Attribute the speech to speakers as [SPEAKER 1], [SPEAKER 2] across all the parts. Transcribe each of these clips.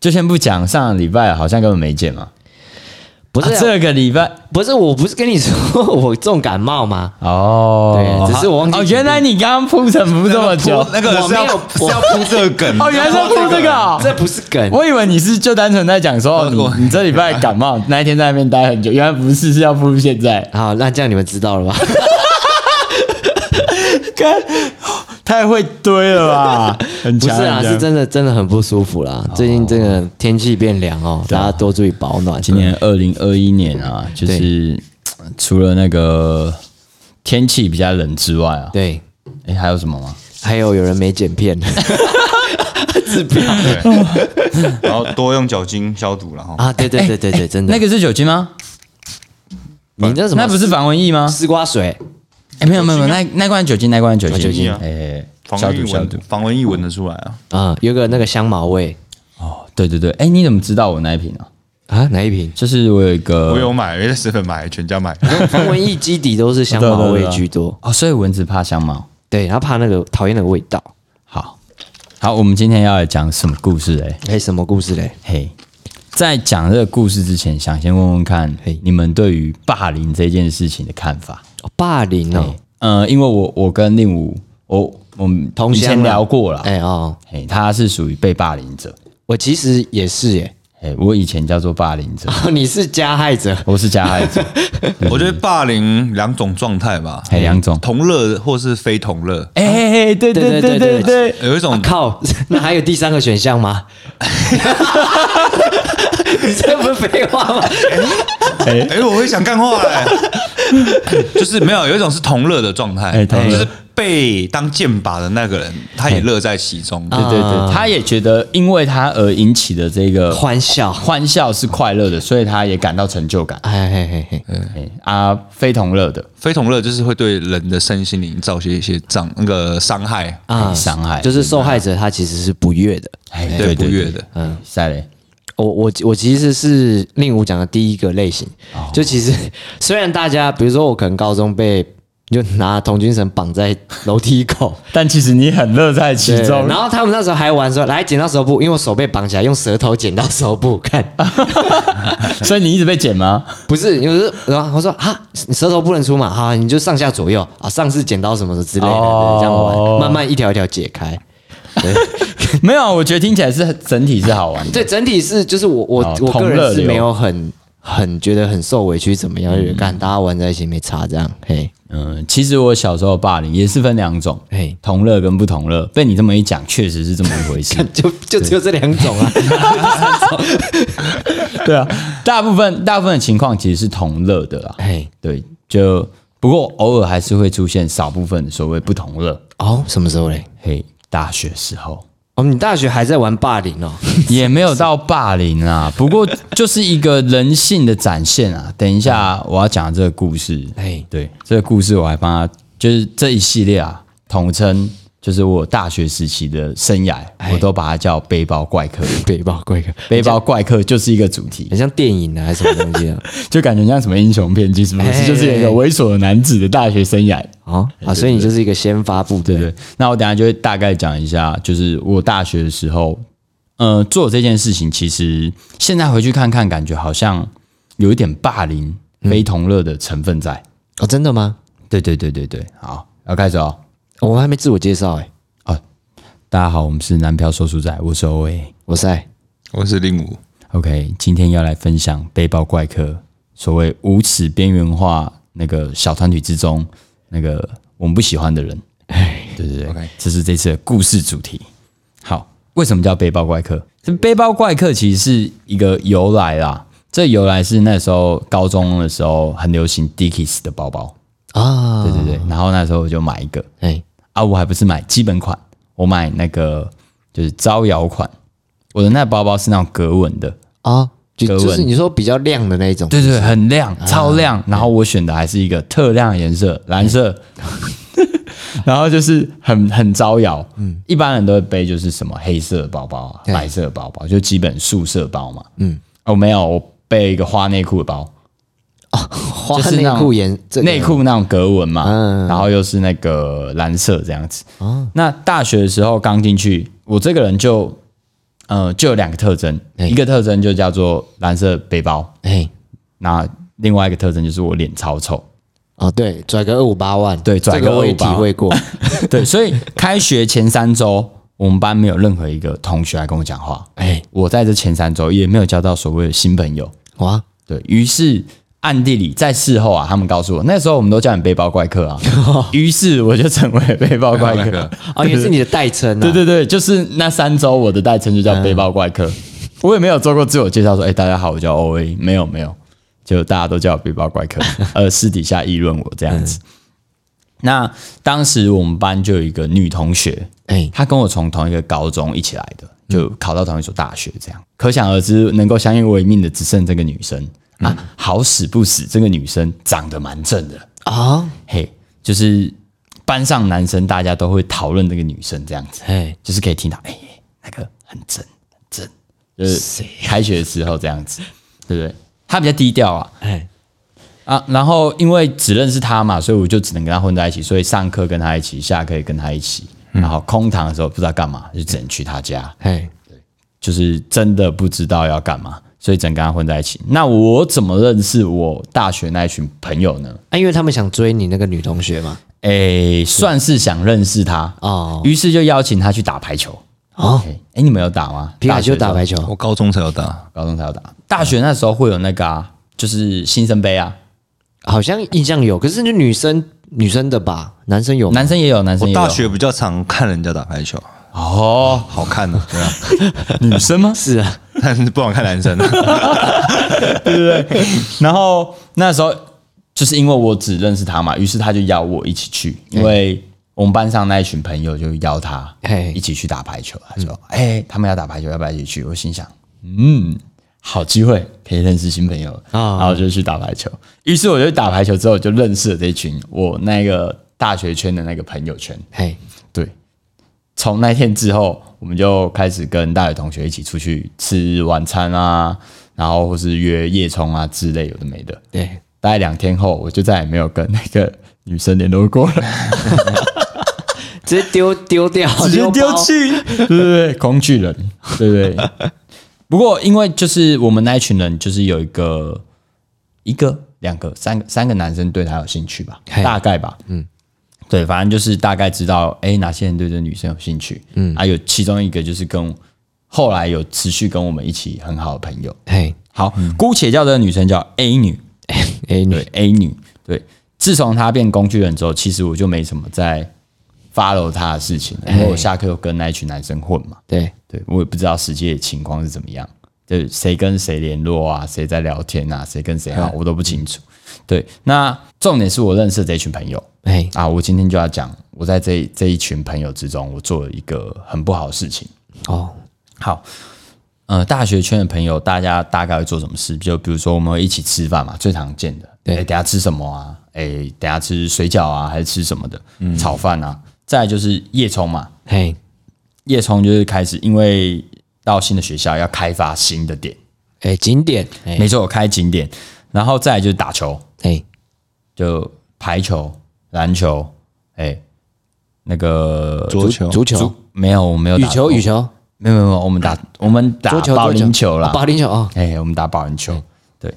[SPEAKER 1] 就先不讲，上个礼拜好像根本没见嘛。
[SPEAKER 2] 不是
[SPEAKER 1] 啊这个礼拜
[SPEAKER 2] 不是，我不是跟你说我重感冒吗？
[SPEAKER 1] 哦，
[SPEAKER 2] 对只是我忘记
[SPEAKER 1] 哦，原来你刚刚铺陈铺这么 久，
[SPEAKER 3] 那个
[SPEAKER 2] 我没
[SPEAKER 3] 是要
[SPEAKER 2] 有
[SPEAKER 3] 是要铺这个梗。
[SPEAKER 1] 哦，原来是铺这个哦。
[SPEAKER 2] 这不是梗，
[SPEAKER 1] 我以为你是就单纯在讲说，哦，你你这礼拜感 冒，那一天在那边待很久，原来不是，是要铺现在，
[SPEAKER 2] 好，那这样你们知道了 吧？
[SPEAKER 1] 太会堆了 吧？很
[SPEAKER 2] 不
[SPEAKER 1] 强，
[SPEAKER 2] 是啊，
[SPEAKER 1] 很强
[SPEAKER 2] 是真的真的很不舒服啦。
[SPEAKER 1] 哦
[SPEAKER 2] 最近这个天气变凉哦，大家多注意保暖。
[SPEAKER 1] 啊今年二零二一年啊，就是呃除了那个天气比较冷之外啊，
[SPEAKER 2] 对，
[SPEAKER 1] 哎，还有什么吗？
[SPEAKER 2] 还有有人没剪 片
[SPEAKER 1] 哎
[SPEAKER 3] 然后多用酒精消毒了哈。
[SPEAKER 2] 啊？对对对对对，真的。
[SPEAKER 1] 哎那个是酒精吗？
[SPEAKER 2] 你那什么？
[SPEAKER 1] 那不是防蚊液吗？
[SPEAKER 2] 丝瓜水？
[SPEAKER 1] 哎，没有没有没有，那那罐酒精，那罐酒
[SPEAKER 2] 酒精
[SPEAKER 1] 精
[SPEAKER 3] 啊，
[SPEAKER 1] 哎，消
[SPEAKER 3] 防疫
[SPEAKER 1] 毒消毒
[SPEAKER 3] 闻，。防蚊疫闻得出来啊。
[SPEAKER 2] 啊，有个那个香茅味
[SPEAKER 1] 哦，对对对，哎，你怎么知道我那一瓶啊？？
[SPEAKER 2] 啊？哪一瓶
[SPEAKER 1] 就是我有一个，
[SPEAKER 3] 我有买，我在食粉买，全家 买。
[SPEAKER 2] 防蚊液基底都是香
[SPEAKER 1] 对
[SPEAKER 2] 茅
[SPEAKER 1] 对
[SPEAKER 2] 味
[SPEAKER 1] 对
[SPEAKER 2] 居多，
[SPEAKER 1] 哦，所以蚊子怕香茅。
[SPEAKER 2] 对，他怕那个讨厌那个味道。
[SPEAKER 1] 好，好，我们今天要来讲什么故事嘞？
[SPEAKER 2] 哎，什么故事嘞？
[SPEAKER 1] 嘿，在讲这个故事之前，想先问问看
[SPEAKER 2] 嘿，
[SPEAKER 1] 你们对于霸凌这件事情的看法？
[SPEAKER 2] 哦霸凌哦，
[SPEAKER 1] 呃，因为我我跟令武，我我们
[SPEAKER 2] 同
[SPEAKER 1] 以
[SPEAKER 2] 乡啊
[SPEAKER 1] 前聊过了，
[SPEAKER 2] 哎哦，
[SPEAKER 1] 嘿，他是属于被霸凌者，
[SPEAKER 2] 我其实也是耶。
[SPEAKER 1] 哎，我以前叫做霸凌者，
[SPEAKER 2] 哦， 你是加害者
[SPEAKER 1] 我是加害者，
[SPEAKER 3] 我觉得霸凌两种状态吧，
[SPEAKER 1] 哎，两种，
[SPEAKER 3] 同乐或是非同乐。
[SPEAKER 1] 哎嘿嘿，对对
[SPEAKER 2] 对
[SPEAKER 1] 对
[SPEAKER 2] 对
[SPEAKER 1] 对
[SPEAKER 2] 对
[SPEAKER 1] 对，
[SPEAKER 3] 有一种
[SPEAKER 2] 靠， 那还有第三个选项吗？ 你这不是废话吗？
[SPEAKER 3] 哎、我会想干话 哎、就是没有有一种是同乐的状态，
[SPEAKER 1] 哎同乐
[SPEAKER 3] 就是被当箭靶的那个人，他也乐在其中。
[SPEAKER 1] 对对对，他也觉得因为他而引起的这个
[SPEAKER 2] 嗯欢笑，
[SPEAKER 1] 欢笑是快乐的，所以他也感到成就感。
[SPEAKER 2] 哎嘿嘿嘿，
[SPEAKER 1] 哎啊，非同乐的
[SPEAKER 3] 非同乐就是会对人的身心灵造成一些障那个伤害，
[SPEAKER 2] 啊
[SPEAKER 1] 哎伤害
[SPEAKER 2] 就是受害者他其实是不悦的。
[SPEAKER 1] 哎，
[SPEAKER 3] 对不悦的。
[SPEAKER 1] 嗯，赛雷，
[SPEAKER 2] 我我我其实是令武讲的第一个类型，
[SPEAKER 1] 哦
[SPEAKER 2] 就其实虽然大家，比如说我可能高中被就拿童军绳绑在楼梯口，
[SPEAKER 1] 但其实 你很乐在其
[SPEAKER 2] 对
[SPEAKER 1] 中。
[SPEAKER 2] 然后他们那时候还玩说来剪到手部，因为我手被绑起来，用舌头剪到手部，看
[SPEAKER 1] 所以你一直被剪吗？
[SPEAKER 2] 不是，有时候然后我说啊，你舌头不能出嘛，哈、你就上下左右啊，上是剪刀什么的之类的，
[SPEAKER 1] 哦
[SPEAKER 2] 对这样玩，慢慢一条一条解开。对
[SPEAKER 1] 没有，啊我觉得听起来是很整体是好玩的。
[SPEAKER 2] 对，整体是就是我我、
[SPEAKER 1] 哦
[SPEAKER 2] 我个
[SPEAKER 1] 同乐
[SPEAKER 2] 人是
[SPEAKER 1] 流
[SPEAKER 2] 没有很很觉得很受委屈怎么样，就觉得干大家玩在一起没差这样，嘿，
[SPEAKER 1] 嗯，其实我小时候霸凌也是分两种，
[SPEAKER 2] 嘿
[SPEAKER 1] 同乐跟不同乐。被你这么一讲，确实是这么一回 事。
[SPEAKER 2] 就就只有这两 种啊，
[SPEAKER 1] 对啊，大部分大部分的情况其实是同乐的啦。
[SPEAKER 2] 嘿，
[SPEAKER 1] 对，就不过偶尔还是会出现少部分所谓不同乐。
[SPEAKER 2] 哦，什么时候嘞？
[SPEAKER 1] 嘿，大学时候
[SPEAKER 2] 哦，你大学还在玩霸凌哦？
[SPEAKER 1] 也没有到霸凌啊，不过就是一个人性的展现啊。等一下我要讲这个故事，
[SPEAKER 2] 哎，
[SPEAKER 1] 对这个故事我还帮他，就是这一系列啊，统称就是我大学时期的生涯，我都把它叫背包怪客。
[SPEAKER 2] 背包贵哥，
[SPEAKER 1] 背包怪客就是一个主题，
[SPEAKER 2] 很像电影啊，还是什么东西啊？
[SPEAKER 1] 就感觉像什么英雄片，其实不是，
[SPEAKER 2] 哎
[SPEAKER 1] 就是有一个猥琐的男子的大学生涯。
[SPEAKER 2] 哦啊，所以你就是一个先发布
[SPEAKER 1] 对
[SPEAKER 2] 的
[SPEAKER 1] 对，那我等一下就会大概讲一下，就是我大学的时候，呃，做这件事情，其实现在回去看看，感觉好像有一点霸凌、非同乐的成分在。
[SPEAKER 2] 哦，真的吗？
[SPEAKER 1] 对对对对对，好，要开始哦。
[SPEAKER 2] 我们还没自我介绍哎，
[SPEAKER 1] 大家好，我们是南漂说书仔，我是 O A。
[SPEAKER 2] 我塞，
[SPEAKER 3] 我是令武，
[SPEAKER 1] OK，今天要来分享背包怪客所谓无耻边缘化那个小团体之中那个我们不喜欢的人。对对对
[SPEAKER 3] OK
[SPEAKER 1] 这是这次的故事主题。好，为什么叫背包怪客？这背包怪客其实是一个由来啦，这由来是那时候高中的时候很流行 Dickies 的包包，
[SPEAKER 2] 啊，
[SPEAKER 1] 对对对，然后那时候我就买一个
[SPEAKER 2] 哎，
[SPEAKER 1] 啊，我还不是买基本款，我买那个就是招摇款。我的那包包是那种格纹的，
[SPEAKER 2] 啊，就
[SPEAKER 1] 格纹
[SPEAKER 2] 就是你说比较亮的那一种，
[SPEAKER 1] 对对，很亮，
[SPEAKER 2] 啊
[SPEAKER 1] 超亮。然后我选的还是一个特亮的颜色，蓝色。 然后就是很很招摇，嗯，一般人都会背就是什么黑色的包包、啊、
[SPEAKER 2] 对
[SPEAKER 1] 白色的包包，就基本素色包嘛，嗯。哦，没有，我背一个花内裤的包，
[SPEAKER 2] 哦花
[SPEAKER 1] 就是
[SPEAKER 2] 内
[SPEAKER 1] 那种
[SPEAKER 2] 裤颜这个
[SPEAKER 1] 内裤那种格纹嘛，
[SPEAKER 2] 嗯哦
[SPEAKER 1] 然后又是那个蓝色这样子。那大学的时候刚进去，我这个人就呃，就有两个特征，
[SPEAKER 2] 哎
[SPEAKER 1] 一个特征就叫做蓝色背包，
[SPEAKER 2] 哎，
[SPEAKER 1] 那另外一个特征就是我脸超丑。
[SPEAKER 2] 哦，对，拽个二五八万，
[SPEAKER 1] 对拽个
[SPEAKER 2] 这个我也体
[SPEAKER 1] 258
[SPEAKER 2] 会 过，
[SPEAKER 1] 对，所以开学前三周，我们班没有任何一个同学来跟我讲话。
[SPEAKER 2] 哎，
[SPEAKER 1] 我在这前三周也没有交到所谓的新朋友。
[SPEAKER 2] 哇，
[SPEAKER 1] 对于是暗地里在事后啊，他们告诉我，那时候我们都叫你背包怪客啊。于是我就成为背包怪
[SPEAKER 3] 背包
[SPEAKER 1] 客
[SPEAKER 3] 怪客。
[SPEAKER 2] 哦，也是你的代称 啊，
[SPEAKER 1] 对对对，就是那三周我的代称就叫背包怪客。我也没有做过自我介绍说，哎、大家好，我叫 O A，没有没有，就大家都叫我背包怪客，呃，私底下议论我这样子。那当时我们班就有一个女同学，
[SPEAKER 2] 哎，
[SPEAKER 1] 她跟我从同一个高中一起来的，就考到同一所大学，这样可想而知，能够相依为命的只剩这个女生啊。好死不死，这个女生长得蛮正的，
[SPEAKER 2] 啊，
[SPEAKER 1] 嘿，就是班上男生大家都会讨论这个女生这样子，
[SPEAKER 2] 哎，
[SPEAKER 1] 就是可以听到，哎、那个很正很正，就是开学的时候这样 子，对不对？她比较低调啊
[SPEAKER 2] 哎，
[SPEAKER 1] 啊，然后因为只认识她嘛，所以我就只能跟她混在一起，所以上课跟她一起，下课也跟她一起，然后空堂的时候不知道干嘛，就只能去她家，
[SPEAKER 2] 哎，
[SPEAKER 1] 就是真的不知道要干嘛，所以只能跟她混在一起。那我怎么认识我大学那一群朋友呢？
[SPEAKER 2] 啊，因为他们想追你那个女同学嘛，
[SPEAKER 1] 诶，算是想认识她
[SPEAKER 2] 哦
[SPEAKER 1] 于是就邀请她去打排球。
[SPEAKER 2] 哦，
[SPEAKER 1] 哎、诶你们有打吗？
[SPEAKER 2] 皮卡丘打
[SPEAKER 1] 排。
[SPEAKER 2] 排球，
[SPEAKER 3] 我高中才有打，
[SPEAKER 1] 高中才有打。大学那时候会有那个啊，就是新生杯啊，
[SPEAKER 2] 好像印象有，可是就女生女生的吧，男生有吗
[SPEAKER 1] 男生也有，男生
[SPEAKER 3] 我
[SPEAKER 1] 也有。
[SPEAKER 3] 大学比较常看人家打排球，
[SPEAKER 1] 哦，
[SPEAKER 3] 好看的、 对啊，
[SPEAKER 1] 女生吗？
[SPEAKER 2] 是啊，
[SPEAKER 3] 但是不好看男 生、啊。
[SPEAKER 1] 然后那时候就是因为我只认识他嘛，于是他就邀我一起去，因为我们班上那一群朋友就邀他
[SPEAKER 2] 嘿
[SPEAKER 1] 一起去打排球。他说：“哎、他们要打排球，要不要一起去？”我心想：“嗯，好机会可以认识新朋友了。
[SPEAKER 2] 啊
[SPEAKER 1] 然后就去打排球。于是我就打排球之后，就认识了这群我那个大学圈的那个朋友圈。
[SPEAKER 2] 哎，
[SPEAKER 1] 对，从那天之后，我们就开始跟大学同学一起出去吃晚餐啊，然后或是约夜冲啊之类，有的没的。
[SPEAKER 2] 对，
[SPEAKER 1] 大概两天后，我就再也没有跟那个女生联络过了，
[SPEAKER 2] 直接丢丢 掉，
[SPEAKER 1] 直接丢
[SPEAKER 2] 包
[SPEAKER 1] 弃， 对对对，工具人，对对对。不过，因为就是我们那一群人，就是有一个一个、两个、三个、三个男生对她有兴趣吧，
[SPEAKER 2] 嘿
[SPEAKER 1] 大概吧，嗯，对，反正就是大概知道，哎，哪些人对这女生有兴趣，嗯，还、有其中一个就是跟后来有持续跟我们一起很好的朋友，
[SPEAKER 2] 嘿，
[SPEAKER 1] 好，姑且叫这个女生叫 A 女，
[SPEAKER 2] 哎，女
[SPEAKER 1] 对 A 女，对，自从她变工具人之后，其实我就没什么在 follow 她的事情了，因为我下课又跟那一群男生混嘛，
[SPEAKER 2] 对，
[SPEAKER 1] 对我也不知道实际的情况是怎么样，就是谁跟谁联络啊，谁在聊天啊，谁跟谁好，我都不清楚。对，那重点是我认识的这一群朋友
[SPEAKER 2] 哎，
[SPEAKER 1] 啊，我今天就要讲，我在这这一群朋友之中，我做了一个很不好的事情。
[SPEAKER 2] 哦，
[SPEAKER 1] 好，呃，大学圈的朋友，大家大概会做什么事？就比如说我们会一起吃饭嘛，最常见的。
[SPEAKER 2] 对
[SPEAKER 1] 诶等下吃什么啊？哎、等下吃水饺啊，还是吃什么的？
[SPEAKER 2] 嗯
[SPEAKER 1] 炒饭啊。再来就是夜冲嘛，
[SPEAKER 2] 嘿，
[SPEAKER 1] 夜冲就是开始，因为到新的学校要开发新的点，
[SPEAKER 2] 哎，景点，哎，
[SPEAKER 1] 没错，我开景点。然后再来就是打球，
[SPEAKER 2] 哎，
[SPEAKER 1] 就排球、篮球，哎、那个
[SPEAKER 3] 桌球
[SPEAKER 2] 足球，
[SPEAKER 1] 没有，我没有
[SPEAKER 2] 羽
[SPEAKER 1] 打
[SPEAKER 2] 球，羽，球，
[SPEAKER 1] 没有没有没有，我们 打我们打
[SPEAKER 2] 桌球，
[SPEAKER 1] 保龄
[SPEAKER 2] 桌
[SPEAKER 1] 球啦
[SPEAKER 2] 哦，保龄球哦，
[SPEAKER 1] 哎、我们打保龄球，对，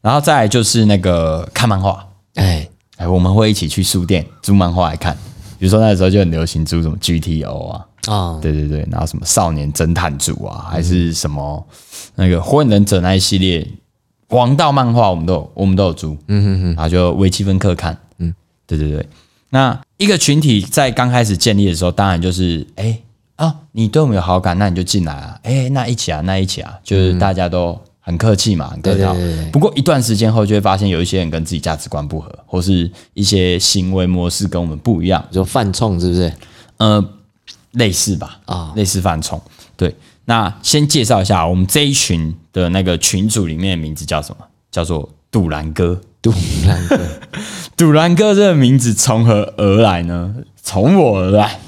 [SPEAKER 1] 然后再来就是那个看漫画，
[SPEAKER 2] 哎，
[SPEAKER 1] 哎、我们会一起去书店租漫画来看，比如说那时候就很流行租什么 GTO 啊，
[SPEAKER 2] 哦，
[SPEAKER 1] 对对对，然后什么少年侦探组啊，还是什么那个火影忍者那一系列王道漫画，我们都有我们都有租，嗯嗯嗯，然后就微积分课看，嗯，对对对。那一个群体在刚开始建立的时候，当然就是哎啊，你对我们有好感，那你就进来啊，哎，那一起啊，那一起啊，就是大家都很客气嘛，很客套。
[SPEAKER 2] 对对对对
[SPEAKER 1] 不过一段时间后，就会发现有一些人跟自己价值观不合，或是一些行为模式跟我们不一样，
[SPEAKER 2] 就犯冲是不是？
[SPEAKER 1] 呃，类似吧，啊
[SPEAKER 2] 啊，
[SPEAKER 1] 类似犯冲。对，那先介绍一下我们这一群的那个群组里面的名字叫什么？叫做杜兰哥。
[SPEAKER 2] 杜兰哥，
[SPEAKER 1] 杜兰哥这个名字从何而来呢？从我而 来。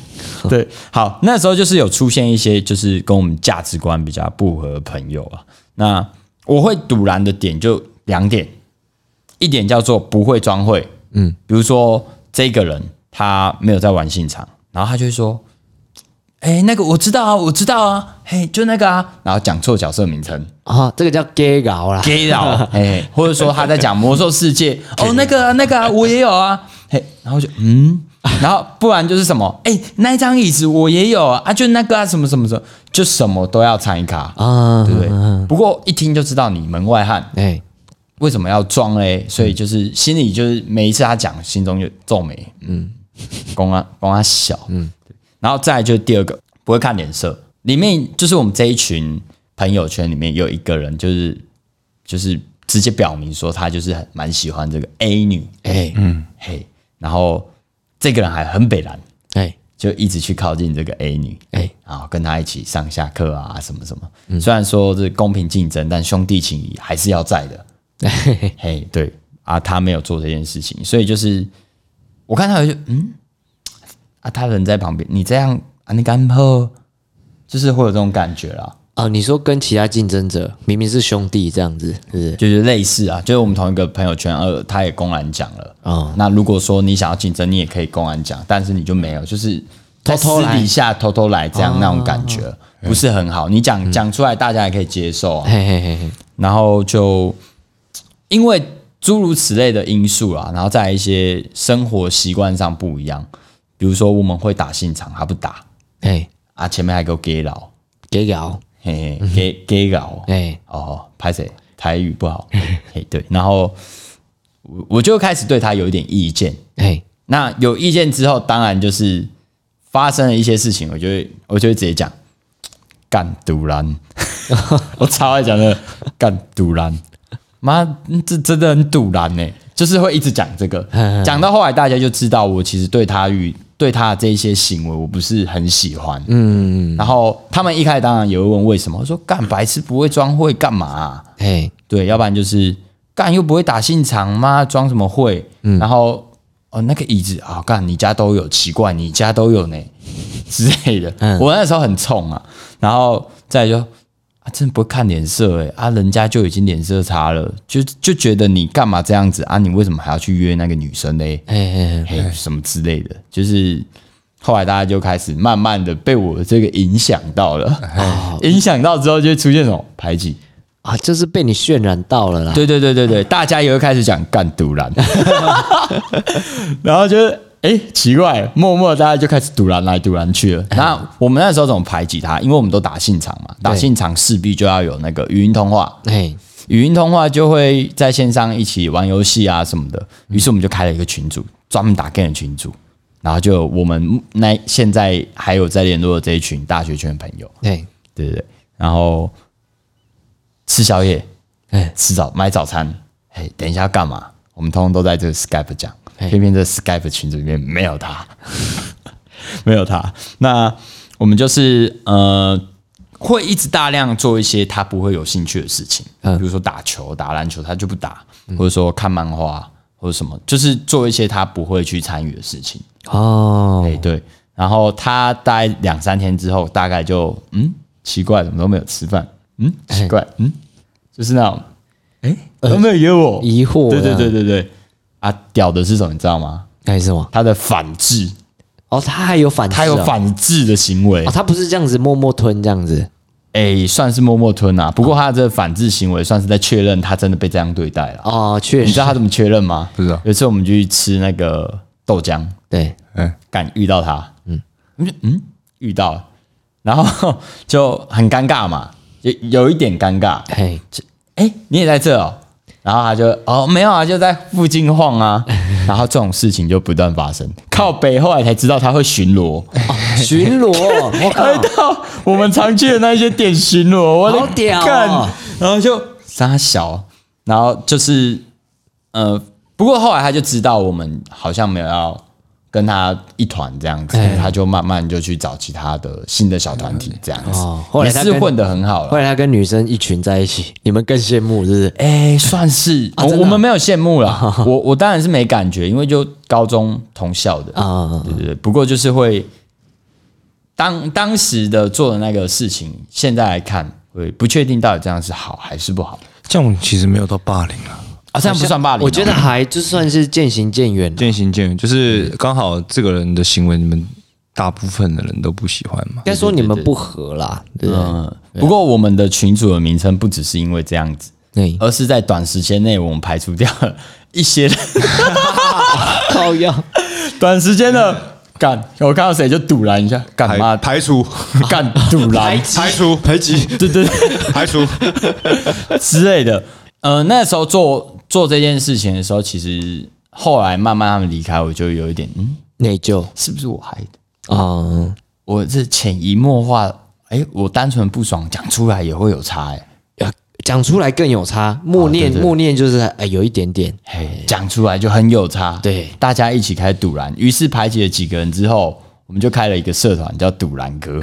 [SPEAKER 1] 对，好，那时候就是有出现一些就是跟我们价值观比较不合的朋友啊。那我会堵拦的点就两点，一点叫做不会装会，嗯，比如说这个人他没有在玩现场，然后他就会说，哎、那个我知道啊，我知道啊，嘿，就那个啊，然后讲错角色名称
[SPEAKER 2] 啊，这个叫 gay 搞啦，
[SPEAKER 1] ，gay 佬，哎，或者说他在讲魔兽世界，哦，那个啊，那个啊，我也有啊，嘿，然后就嗯，然后不然就是什么，哎、那一张椅子我也有啊，啊，就那个啊，什么什么什么，就什么都要参与卡啊，
[SPEAKER 2] 啊，
[SPEAKER 1] 对不对？不过一听就知道你门外汉，
[SPEAKER 2] 哎，
[SPEAKER 1] 为什么要装嘞？所以就是心里就是每一次他讲，心中就皱眉，嗯，公安公安小，嗯，然后再来就是第二个不会看脸色，里面就是我们这一群朋友圈里面有一个人，就是就是直接表明说他就是很蛮喜欢这个 A 女，哎，嗯，嘿，然后这个人还很北蓝，
[SPEAKER 2] 哎，
[SPEAKER 1] 就一直去靠近这个 A 女，
[SPEAKER 2] 哎
[SPEAKER 1] 哎，然后跟她一起上下课啊，什么什么。虽然说这公平竞争，但兄弟情谊还是要在的。嘿，对啊，他没有做这件事情，所以就是我看他就嗯啊，他人在旁边，你这样啊，你干破，就是会有这种感觉啦，
[SPEAKER 2] 哦，你说跟其他竞争者明明是兄弟这样子，是
[SPEAKER 1] 嗯
[SPEAKER 2] 不是？
[SPEAKER 1] 就是类似啊，就是我们同一个朋友圈，呃，他也公然讲了。
[SPEAKER 2] 哦，
[SPEAKER 1] 那如果说你想要竞争，你也可以公然讲，但是你就没有，就是
[SPEAKER 2] 偷偷
[SPEAKER 1] 在私
[SPEAKER 2] 来哦
[SPEAKER 1] 底下偷偷来这样那种感觉，不是很好。你
[SPEAKER 2] 嗯
[SPEAKER 1] 讲讲出来，大家也可以接受啊。
[SPEAKER 2] 嘿嘿嘿嘿，
[SPEAKER 1] 然后就因为诸如此类的因素啊，然后在一些生活习惯上不一样，比如说我们会打现场，他不打
[SPEAKER 2] 哎，
[SPEAKER 1] 啊，前面还给我 gay 佬，
[SPEAKER 2] gay 搞，
[SPEAKER 1] 嘿嘿，gay gay 佬，
[SPEAKER 2] 哎，
[SPEAKER 1] 哦，拍谁？台语不好， 嘿，对，然后我我就开始对他有一点意见。
[SPEAKER 2] 哎，
[SPEAKER 1] 那有意见之后，当然就是发生了一些事情，我就会我就会直接讲干独蓝， 我超爱讲的干独蓝，妈，这真的很独蓝呢，就是会一直讲这个，讲到后来大家就知道我其实对他与对他的这一些行为我不是很喜欢，嗯，然后他们一开始当然也会问为什么，我说干白痴不会装会干嘛啊、
[SPEAKER 2] 哎，
[SPEAKER 1] 对，要不然就是干又不会打信场嘛，装什么会？然后哦，那个椅子啊，干你家都有，奇怪，你家都有呢 之类的。我那时候很冲啊，然后再来就啊，真的不会看脸色诶、啊，人家就已经脸色差了，就就觉得你干嘛这样子啊？你为什么还要去约那个女生嘞？
[SPEAKER 2] 哎哎，
[SPEAKER 1] 嘿，什么之类的，就是后来大家就开始慢慢的被我这个影响到了， 影响到之后就会出现什么排挤。
[SPEAKER 2] 啊，就是被你渲染到了啦，
[SPEAKER 1] 对对对对对，大家也会开始讲干独蓝， 然后就是哎、诶奇怪，默默大家就开始独蓝来独蓝去了。那我们那时候怎么排挤他？因为我们都打信场嘛，打
[SPEAKER 2] 对
[SPEAKER 1] 信场势必就要有那个语音通话，
[SPEAKER 2] 哎，
[SPEAKER 1] 语音通话就会在线上一起玩游戏啊什么的。于是我们就开了一个群组，专门打 game 的群组。然后就有我们那现在还有在联络的这一群大学圈的朋友，
[SPEAKER 2] 哎，
[SPEAKER 1] 对对对，然后吃宵夜，
[SPEAKER 2] 哎
[SPEAKER 1] 吃早买早餐，哎，等一下要干嘛？我们通通都在这个 Skype 讲，
[SPEAKER 2] 哎
[SPEAKER 1] 偏偏这 Skype 群组里面没有他， 没有他。那我们就是呃，会一直大量做一些他不会有兴趣的事情，比如说打球、打篮球，他就不打，或者说看漫画或者什么，就是做一些他不会去参与的事情。
[SPEAKER 2] 哦
[SPEAKER 1] 哎、，对，然后他大概两三天之后，大概就嗯，奇怪，怎么都没有吃饭？嗯，奇怪，嗯，就是那种，哎、都没有约我，
[SPEAKER 2] 疑惑
[SPEAKER 1] 对对
[SPEAKER 2] 这
[SPEAKER 1] 对
[SPEAKER 2] 样
[SPEAKER 1] 对对，啊，屌的是什么，你知道吗？
[SPEAKER 2] 哎什么？
[SPEAKER 1] 他的反制，
[SPEAKER 2] 哦，他还有反制哦，
[SPEAKER 1] 他有反制的行为
[SPEAKER 2] 哦，，他不是这样子默默吞这样子，
[SPEAKER 1] 哎、算是默默吞啊。不过他这反制行为算是在确认他真的被这样对待了。
[SPEAKER 2] 哦，确
[SPEAKER 1] 你知
[SPEAKER 2] 实
[SPEAKER 1] 道，他怎么确认吗？
[SPEAKER 3] 不知道
[SPEAKER 1] 有一次我们去吃那个豆浆，
[SPEAKER 2] 对，
[SPEAKER 3] 哎，
[SPEAKER 1] 敢遇到他，嗯，我就嗯遇到了，然后就很尴尬嘛，有有一点尴尬，
[SPEAKER 2] 哎，
[SPEAKER 1] 哎、你也在这哦，然后他就哦没有啊，就在附近晃啊，然后这种事情就不断发生，靠北后来才知道他会巡逻，
[SPEAKER 2] 巡逻，我
[SPEAKER 1] 来
[SPEAKER 2] 靠，
[SPEAKER 1] 到 我们常去的那些点巡逻，我的
[SPEAKER 2] 好屌哦
[SPEAKER 1] 干然后就傻小，然后就是呃，不过后来他就知道我们好像没有要跟他一团这样子，
[SPEAKER 2] 哎
[SPEAKER 1] 他就慢慢就去找其他的新的小团体这样子，
[SPEAKER 2] 哦后来
[SPEAKER 1] 也
[SPEAKER 2] 他
[SPEAKER 1] 是
[SPEAKER 2] 跟
[SPEAKER 1] 混得很好
[SPEAKER 2] 后
[SPEAKER 1] 了。
[SPEAKER 2] 来他跟女生一群在一起， 你们更羡慕是不是？
[SPEAKER 1] 哎，算是
[SPEAKER 2] 啊
[SPEAKER 1] 我
[SPEAKER 2] 真的啊
[SPEAKER 1] 我们没有羡慕啦， 我我当然是没感觉，因为就高中同校的
[SPEAKER 2] 啊，
[SPEAKER 1] 对对对，不过就是会当当时的做的那个事情，现在来看会不确定到底这样是好还是不好
[SPEAKER 3] 这样其实没有到霸凌啊，
[SPEAKER 1] 啊？这样不算霸凌哦、
[SPEAKER 2] 我觉得还就算是渐行渐远了，
[SPEAKER 3] 渐行渐远，就是刚好这个人的行为你们大部分的人都不喜欢嘛
[SPEAKER 2] 应。该说你们不合啦，对不对？
[SPEAKER 1] 嗯，不过我们的群组的名称不只是因为这样子，
[SPEAKER 2] 对，呃
[SPEAKER 1] 而是在短时间内我们排除掉了一些人
[SPEAKER 2] 靠要
[SPEAKER 1] 短时间的干，我看到谁就堵拦一下，干嘛
[SPEAKER 3] 排排 除
[SPEAKER 1] 干堵拦
[SPEAKER 3] 排除排 挤
[SPEAKER 1] 对对对
[SPEAKER 3] 排除，
[SPEAKER 1] 之类的。呃，那时候做做这件事情的时候，其实后来慢慢他们离开，我就有一点，嗯，
[SPEAKER 2] 内疚
[SPEAKER 1] 是不是我害的？
[SPEAKER 2] 啊，
[SPEAKER 1] 我是潜移默化，哎、我单纯不爽讲出来也会有差、诶
[SPEAKER 2] 要讲出来更有差。默念默念就是哎，有一点点
[SPEAKER 1] 哎，讲出来就很有差。
[SPEAKER 2] 对
[SPEAKER 1] 大家一起开堵拦，于是排解了几个人之后，我们就开了一个社团叫堵拦 哥，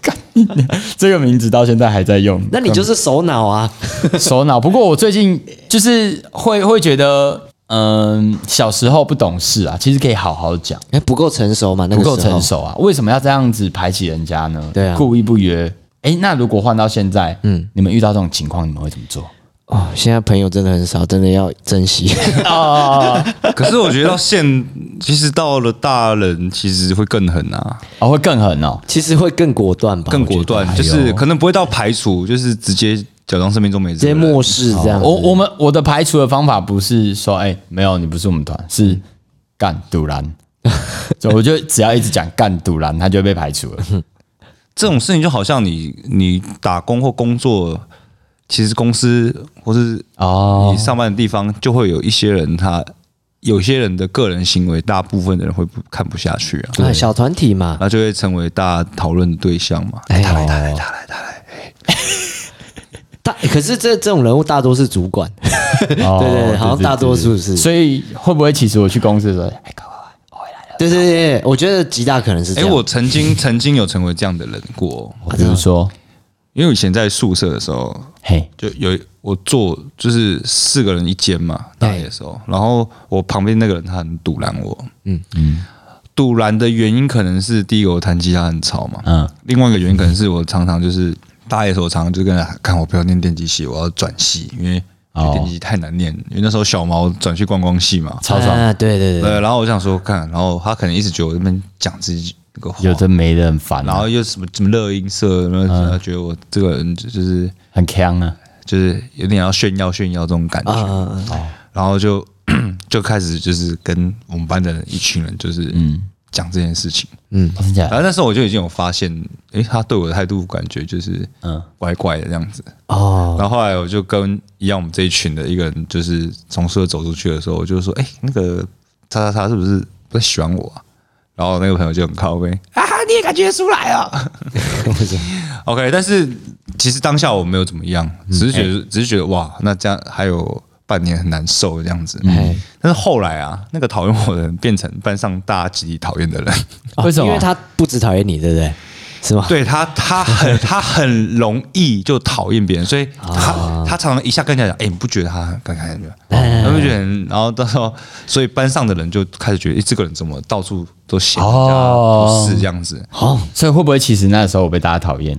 [SPEAKER 1] 干你娘这个名字到现在还在用。
[SPEAKER 2] 那你就是首脑啊，
[SPEAKER 1] 首脑。不过我最近就是会会觉得，嗯，小时候不懂事啊，其实可以好好讲，
[SPEAKER 2] 哎，不够成熟嘛，那
[SPEAKER 1] 不
[SPEAKER 2] 个
[SPEAKER 1] 够
[SPEAKER 2] 时候
[SPEAKER 1] 成。熟啊，为什么要这样子排挤人家呢？
[SPEAKER 2] 对啊
[SPEAKER 1] 故意不约。哎，那如果换到现在，嗯，你们遇到这种情况，你们会怎么做？
[SPEAKER 2] 哦，现在朋友真的很少，真的要珍 惜。
[SPEAKER 3] 可是我觉得到现，其实到了大人，其实会更狠啊，
[SPEAKER 1] 哦，会更狠哦。
[SPEAKER 2] 其实会更果断吧，
[SPEAKER 3] 更
[SPEAKER 2] 我觉得
[SPEAKER 3] 果断，就是可能不会到排除，就是直接假装生命中没
[SPEAKER 2] 直
[SPEAKER 3] 这
[SPEAKER 2] 接
[SPEAKER 3] 个人
[SPEAKER 2] 漠视这样。
[SPEAKER 1] 哦我我们我的排除的方法不是说，哎、没有，你不是我们团，是干堵拦。所以我就只要一直讲干堵拦，他就会被排除 了。
[SPEAKER 3] 这种事情就好像你你打工或工作，其实公司或是
[SPEAKER 1] 哦
[SPEAKER 3] 你上班的地方，就会有一些人他。有些人的个人行为，大部分的人会不看不下去啊，
[SPEAKER 2] 啊，小团体嘛
[SPEAKER 3] 然，后就会成为大家讨论的对象嘛。
[SPEAKER 2] 哎，他来他来他来他来。大可是这这种人物大多是主 管，
[SPEAKER 1] 哦
[SPEAKER 2] 对对对好像大多数是
[SPEAKER 1] 所以会不会其实我去公司的时候，哎，搞
[SPEAKER 2] 对对对，对我觉得极大可能是这
[SPEAKER 3] 哎、
[SPEAKER 2] 样。
[SPEAKER 3] 我曾经曾经有成为这样的人过，
[SPEAKER 1] 比如说，
[SPEAKER 3] 因为我以前在宿舍的时候，
[SPEAKER 1] 嘿，
[SPEAKER 3] 就有我坐就是四个人一间嘛，大一的时候，然后我旁边那个人他很堵拦我，嗯嗯，堵拦的原因可能是第一个我弹吉他很吵嘛，
[SPEAKER 1] 嗯，
[SPEAKER 3] 另外一个原因可能是我常常就是大一的时候，我常常就跟他看我不要念电机系，我要转系，因为觉得电机系太难念，因为那时候小毛转去观光系嘛，
[SPEAKER 1] 超爽，
[SPEAKER 2] 啊，对对对，
[SPEAKER 3] 对，然后我想说看，然后他可能一直觉得我这边讲自己那个话，
[SPEAKER 1] 有的没的很烦
[SPEAKER 3] 然
[SPEAKER 1] 啊，
[SPEAKER 3] 后又什么什么乐音社，然后他觉得我这个人就是
[SPEAKER 1] 很强啊，
[SPEAKER 3] 就是有点要炫耀炫耀这种感觉，
[SPEAKER 2] 啊啊啊
[SPEAKER 3] 然后就 就开始就是跟我们班的人一群人就是讲这件事情，
[SPEAKER 2] 嗯
[SPEAKER 1] 哦真假
[SPEAKER 3] 然
[SPEAKER 1] 的？
[SPEAKER 3] 后那时候我就已经有发现，诶，他对我的态度感觉就是嗯怪怪的这样子，
[SPEAKER 2] 哦，
[SPEAKER 3] 然后后来我就跟一样我们这一群的一个人，就是从宿舍走出去的时候，我就说：“哎、那个叉叉叉是不是不太喜欢我啊？”然后那个朋友就很靠背啊，你也感觉得出来啊。OK，但是其实当下我没有怎么样，只是觉得、只是觉得哇，那这样还有半年很难受这样子。但是后来啊，那个讨厌我的人变成班上大家集体讨厌的人，
[SPEAKER 2] 哦
[SPEAKER 1] 为什么
[SPEAKER 2] 因为他不止讨厌你，对不对？是吗？
[SPEAKER 3] 对他，他很他很容易就讨厌别人，所以他、他常常一下跟人家讲，哎、你不觉得他很刚开吗？他们觉得很，然后到时候，所以班上的人就开始觉得，哎、这个人怎么到处都嫌人家
[SPEAKER 1] 哦
[SPEAKER 3] 不是这样子？
[SPEAKER 2] 好，
[SPEAKER 1] 所以会不会其实那时候我被大家讨厌？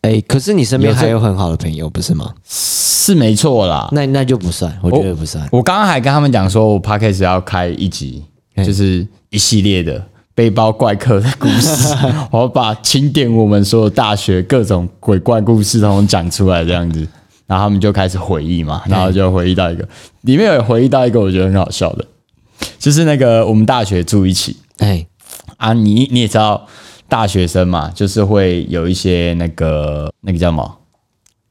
[SPEAKER 2] 哎，可是你身边
[SPEAKER 1] 有这
[SPEAKER 2] 还有很好的朋友，不是吗？
[SPEAKER 1] 是没错啦。
[SPEAKER 2] 那那就不算，我觉得不算。
[SPEAKER 1] 我刚刚还跟他们讲说，我 podcast 要开一集，就是一系列的背包怪客的故 事，我要把清点我们所有大学各种鬼怪故事，统统讲出来这样子。然后他们就开始回忆嘛，然后就回忆到一个，里面有回忆到一个我觉得很好笑的，就是那个我们大学住一起，
[SPEAKER 2] 哎，
[SPEAKER 1] 啊，你你也知道，大学生嘛，就是会有一些那个那个叫什么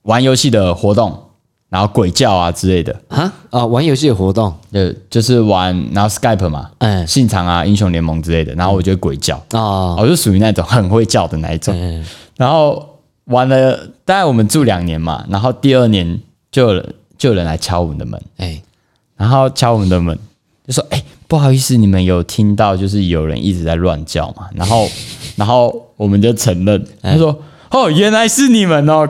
[SPEAKER 1] 玩游戏的活动，然后鬼叫啊之类的，
[SPEAKER 2] 啊啊，玩游戏的活动
[SPEAKER 1] 呃就就是玩，然后 Skype 嘛，
[SPEAKER 2] 嗯
[SPEAKER 1] 嗯，信长啊、英雄联盟之类的，然后我就会鬼叫，
[SPEAKER 2] 啊，
[SPEAKER 1] 我就属于那种很会叫的那一种，
[SPEAKER 2] 嗯
[SPEAKER 1] 然后玩了大概我们住两年嘛，然后第二年就有人就有人来敲我们的门，
[SPEAKER 2] 哎，
[SPEAKER 1] 然后敲我们的门，就说：“哎、不好意思，你们有听到就是有人一直在乱叫嘛？”然 后，然后我们就承认，他说：“哦，原来是你们哦。”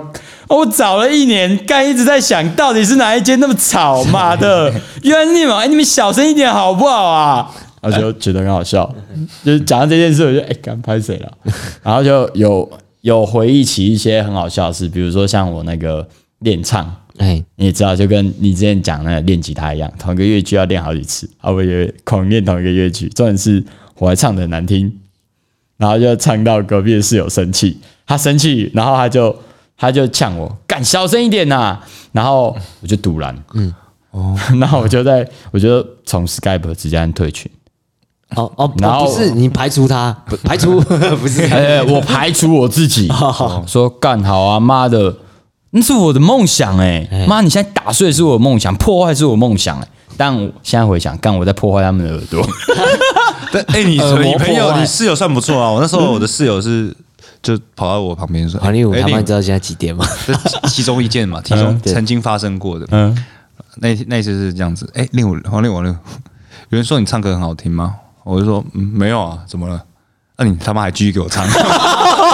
[SPEAKER 1] 我找了一年，刚一直在想到底是哪一间那么吵，妈 的！原来是你们，哎，你们小声一点好不好啊？然后就觉得很好 笑，就是讲到这件事，我就哎，敢拍谁 了？然后就有有回忆起一些很好笑的事，比如说像我那个练唱，
[SPEAKER 2] 哎，
[SPEAKER 1] 你也知道，就跟你之前讲那个练吉他一样，同一个乐句要练好几次，啊，我也狂练同一个乐句，重点是我还唱的难听，然后就呛到隔壁的室友生气，他生气，然后他就他就呛我，敢小声一点呐、然后我就堵拦，嗯，哦， 然后我就在我就从 Skype 直接按退群，
[SPEAKER 2] 哦哦，
[SPEAKER 1] 然后
[SPEAKER 2] 不是你排除他，不排除 不是
[SPEAKER 1] 哎、我排除我自 己，哦说干好啊，妈的，那是我的梦想哎、妈，你现在打碎是我的梦想，破坏是我的梦想哎、但我现在回想，干我在破坏他们的耳 朵，
[SPEAKER 3] 但哎、你
[SPEAKER 2] 耳膜
[SPEAKER 3] 你朋
[SPEAKER 2] 破
[SPEAKER 3] 友
[SPEAKER 2] 坏
[SPEAKER 3] 你室友算不错啊。我那时候我的室友是就跑到我旁边说：“
[SPEAKER 2] 黄立武，
[SPEAKER 3] 哎
[SPEAKER 2] 他
[SPEAKER 3] 令
[SPEAKER 2] 们知道现在几点吗？
[SPEAKER 3] 这其其中一件嘛，其中曾经发生过的。嗯，那那一次是这样子。哎、令我黄令我令我，有人说你唱歌很好听吗？我就说、嗯、没有啊，怎么了？那、你他妈还继续给我唱？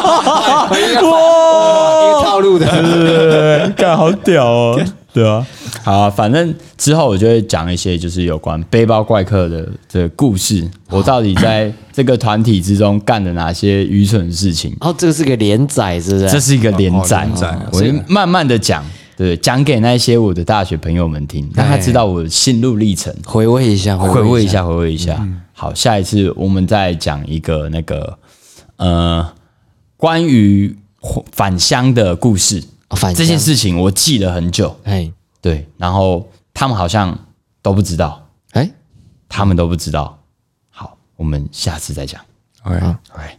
[SPEAKER 2] 一个套路的，
[SPEAKER 1] 干好屌哦， 对啊，好啊反正之后我就会讲一些就是有关背包怪客的的故事，我到底在这个团体之中干了哪些愚蠢的事情，
[SPEAKER 2] 哦，这个是个连载，是不是？
[SPEAKER 1] 这是一个啊连
[SPEAKER 3] 哦
[SPEAKER 1] 载
[SPEAKER 3] 连载，
[SPEAKER 1] 我就慢慢的讲。对，讲给那些我的大学朋友们听，让他知道我的心路历程。
[SPEAKER 2] 回味一下，
[SPEAKER 1] 嗯回味
[SPEAKER 2] 味
[SPEAKER 1] 一。下，回嗯味一下。好，下一次我们再讲一个那个呃，关于返乡的故事。
[SPEAKER 2] 哦返乡
[SPEAKER 1] 这件事情我记了很久，
[SPEAKER 2] 哎
[SPEAKER 1] 对，然后他们好像都不知道，
[SPEAKER 2] 哎，
[SPEAKER 1] 他们都不知道。好，我们下次再讲。
[SPEAKER 3] 哎，
[SPEAKER 1] 哎，